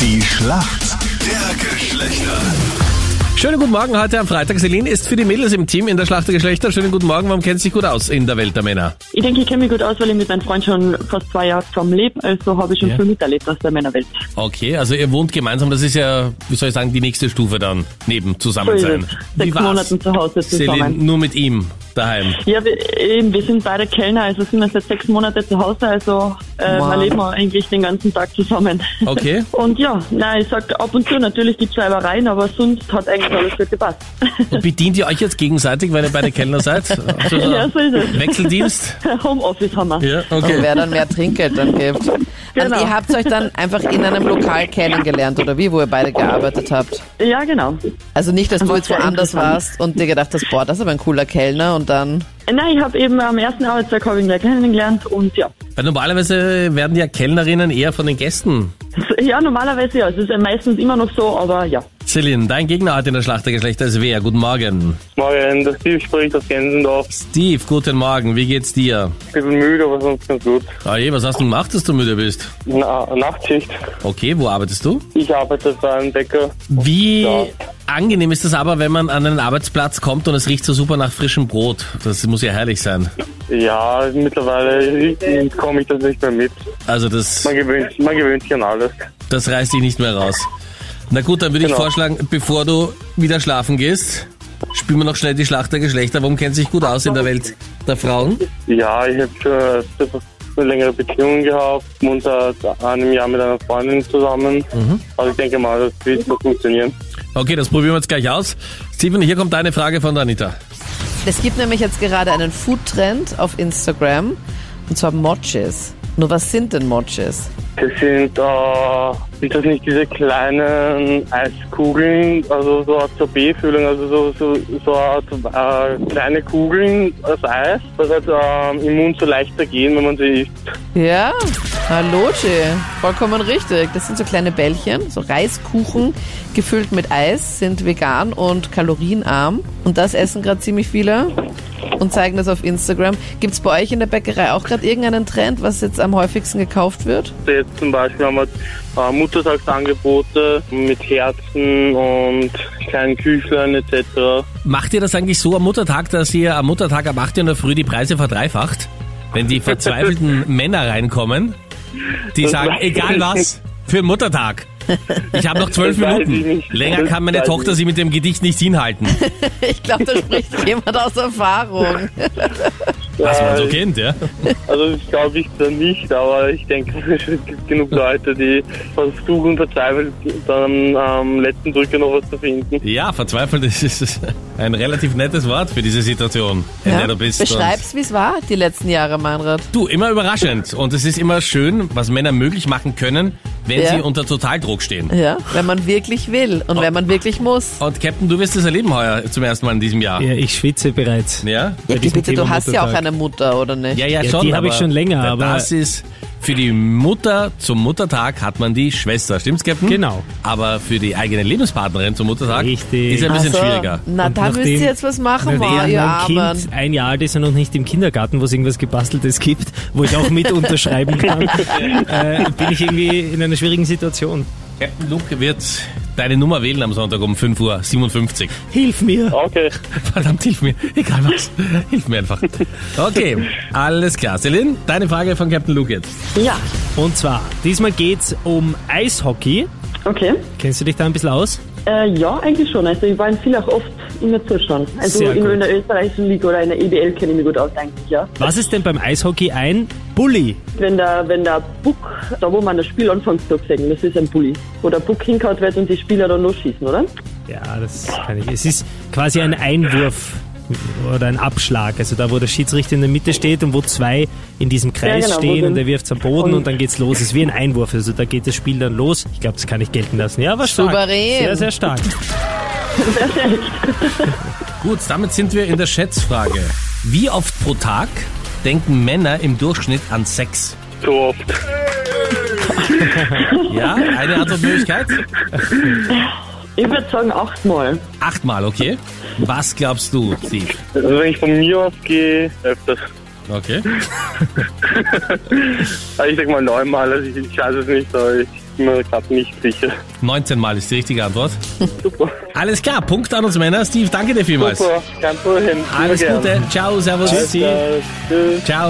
Die Schlacht der Geschlechter. Schönen guten Morgen heute am Freitag. Celine ist für die Mädels im Team in der Schlacht der Geschlechter. Schönen guten Morgen, warum kennt sich gut aus in der Welt der Männer? Ich denke, ich kenne mich gut aus, weil ich mit meinem Freund schon fast zwei Jahre zusammen lebe. Also habe ich schon Ja. viel miterlebt aus der Männerwelt. Okay, also ihr wohnt gemeinsam, das ist ja, wie soll ich sagen, die nächste Stufe dann, neben zusammen So ist sein. es. Sechs Monaten zu Hause zusammen. Celine, nur mit ihm daheim. Ja, wir, eben, wir sind beide Kellner, also sind wir seit sechs Monaten zu Hause, also äh, Wow. wir leben eigentlich den ganzen Tag zusammen. Okay. Und ja, nein, ich sag ab und zu natürlich die Reibereien, aber sonst hat eigentlich alles gut gepasst. Und bedient ihr euch jetzt gegenseitig, wenn ihr beide Kellner seid? Also, Ja, so ist es. Wechseldienst? Also, Homeoffice haben wir. Ja, Und wer dann mehr Trinkgeld dann gibt. Genau. Und ihr habt euch dann einfach in einem Lokal kennengelernt, oder wie, wo ihr beide gearbeitet habt? ja, genau. Also nicht, dass du Das jetzt war sehr woanders interessant. warst und dir gedacht hast, boah, das ist aber ein cooler Kellner und dann... Nein, ich habe eben am ersten Arbeitstag habe ich ihn gleich kennengelernt und ja. Weil normalerweise werden ja Kellnerinnen eher von den Gästen. Ja, normalerweise ja. Es ist ja meistens immer noch so, aber ja. Celine, dein Gegner heute in der Schlacht der Geschlechter ist wer? Guten Morgen. Morgen, das Team spricht aus Gensendorf. Steve, guten Morgen, wie geht's dir? Ein bisschen müde, aber sonst ganz gut. Ah je, was hast du gemacht, dass du müde bist? Na, Nachtschicht. Okay, wo arbeitest du? Ich arbeite bei einem Bäcker. Wie Ja. angenehm ist das aber, wenn man an einen Arbeitsplatz kommt und es riecht so super nach frischem Brot? Das muss ja herrlich sein. Ja, mittlerweile komme ich das nicht mehr mit. Also das, Man gewöhnt, man gewöhnt sich an alles. das reißt dich nicht mehr raus. Na gut, dann würde ich Genau. vorschlagen, bevor du wieder schlafen gehst, spielen wir noch schnell die Schlacht der Geschlechter. Warum kennt sich gut aus in der Welt der Frauen? Ja, ich habe schon öfters eine längere Beziehung gehabt und seit einem Jahr mit einer Freundin zusammen. Also ich denke mal, das wird so funktionieren. Okay, das probieren wir jetzt gleich aus. Steven, hier kommt deine Frage von der Anita. Es gibt nämlich jetzt gerade einen Food-Trend auf Instagram, und zwar Mochis. Nur was sind denn Mochis? Das sind, äh, sind das nicht diese kleinen Eiskugeln, also so eine Sorbet-Füllung, also so, so, so eine Art äh, kleine Kugeln aus Eis, das halt ähm, im Mund so leichter gehen, wenn man sie isst. Ja, Haloche, vollkommen richtig. Das sind so kleine Bällchen, so Reiskuchen gefüllt mit Eis, sind vegan und kalorienarm. Und das essen gerade ziemlich viele und zeigen das auf Instagram. Gibt's bei euch in der Bäckerei auch gerade irgendeinen Trend, was jetzt am häufigsten gekauft wird? Also Jetzt zum Beispiel haben wir äh, Muttertagsangebote mit Herzen und kleinen Küchlein etc. Macht ihr das eigentlich so am Muttertag, dass ihr am Muttertag ab 8 Uhr in der Früh die Preise verdreifacht? Wenn die verzweifelten Männer reinkommen, die Das sagen, weiß ich egal was, für den Muttertag. Ich habe noch zwölf Das weiß ich Minuten. nicht. Länger Das kann meine weiß ich Äh. Tochter nicht. sie mit dem Gedicht nicht hinhalten. Ich glaube, da spricht jemand aus Erfahrung. Was man so Äh, kennt, ja. Also ich glaube ich da nicht, aber ich denke, es gibt genug Leute, die versuchen verzweifelt dann am letzten Drücker noch was zu finden. Ja, verzweifelt ist, ist ein relativ nettes Wort für diese Situation, in der du bist. und- Beschreib's, wie's war die letzten Jahre, Meinrad. Du, immer überraschend. Und es ist immer schön, was Männer möglich machen können, wenn Ja. sie unter Totaldruck stehen. Ja, wenn man wirklich will und wenn man wirklich muss. Und Captain, du wirst es erleben heuer zum ersten Mal in diesem Jahr. Ja, ich schwitze bereits. Ja? Bei diesem Bitte, du Thema hast ja auch Muttertag. eine Mutter, oder nicht? Ja, ja, Ja, schon. die habe ich aber schon länger, da- aber- Das ist für die Mutter zum Muttertag hat man die Schwester, stimmt's, Captain? Genau. Aber für die eigene Lebenspartnerin zum Muttertag Richtig. ist ein bisschen Ach so. schwieriger. Also, Na, Und da nachdem- müsst ihr jetzt was machen, wow, Während ihr mein Armen. Kind ein Jahr alt ist und noch nicht im Kindergarten, wo es irgendwas Gebasteltes gibt, wo ich auch mit unterschreiben kann, äh, bin ich irgendwie in einer schwierigen Situation. Captain Luke wird deine Nummer wählen am Sonntag um 5.57 Uhr. Hilf mir! Okay. Verdammt, hilf mir. Egal was. Hilf mir einfach. Okay, alles klar. Celine, deine Frage von Captain Luke jetzt. Ja, Und zwar, diesmal geht's um Eishockey. okay. Kennst du dich da ein bisschen aus? Äh, ja, eigentlich schon. Also ich war in Villach oft immer zuschauen. Also Sehr in, gut. in der österreichischen Liga oder in der EBL kenne ich mich gut aus eigentlich, ja. Was ist denn beim Eishockey ein Bully? Wenn der, wenn der Buck, da wo man das Spiel anfängt zu sagen, das ist ein Bulli. Wo der Buck hinkaut wird und die Spieler dann losschießen, oder? Ja, das kann ich. Es ist quasi ein Einwurf oder ein Abschlag. Also da, wo der Schiedsrichter in der Mitte steht und wo zwei in diesem Kreis genau, wo stehen sind- und der wirft am Boden und, und- dann geht's los. Es ist wie ein Einwurf. Also da geht das Spiel dann los. Ich glaube, das kann ich gelten lassen. Ja, war stark. Souverän. Sehr, sehr stark. Perfekt. Gut, damit sind wir in der Schätzfrage. Wie oft pro Tag denken Männer im Durchschnitt an Sex? So oft. Ja, eine Antwortmöglichkeit? Ich würde sagen achtmal. Achtmal, okay. Was glaubst du, Steve? Also wenn ich von mir aus gehe, öfters. Okay. Also ich sag mal neunmal, also ich, ich weiß es nicht, aber ich bin mir gerade nicht sicher. 19 Mal ist die richtige Antwort. Super. Alles klar, Punkt an uns Männer. Steve, danke dir vielmals. Super, kein Problem. Alles Immer gern. Gute. Ciao, servus. Alles klar. Tschüss. Ciao.